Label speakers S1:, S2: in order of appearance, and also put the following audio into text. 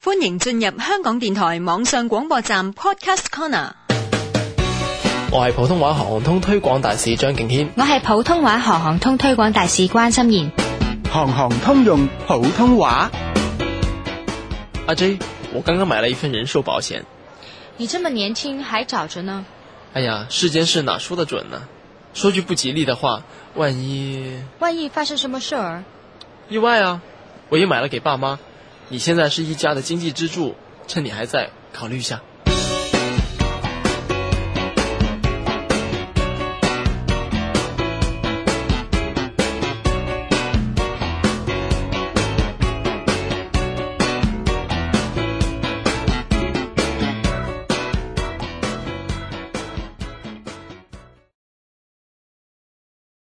S1: 欢迎进入香港电台网上广播站 Podcast Corner。
S2: 我係普通話航通推廣大使張敬軒。
S3: 我係普通話行行通推廣大使關心妍。
S4: 行行通用普通话。
S2: 阿 J，我剛剛買了一份人壽保險。
S3: 你这么年轻还早着呢，
S2: 哎呀，世間事哪說得準呢？說句不吉利的話，萬一
S3: 万一发生什么事儿，
S2: 意外啊！我也買了給爸媽。你現在是一家的經濟支柱，趁你還在，考慮一下。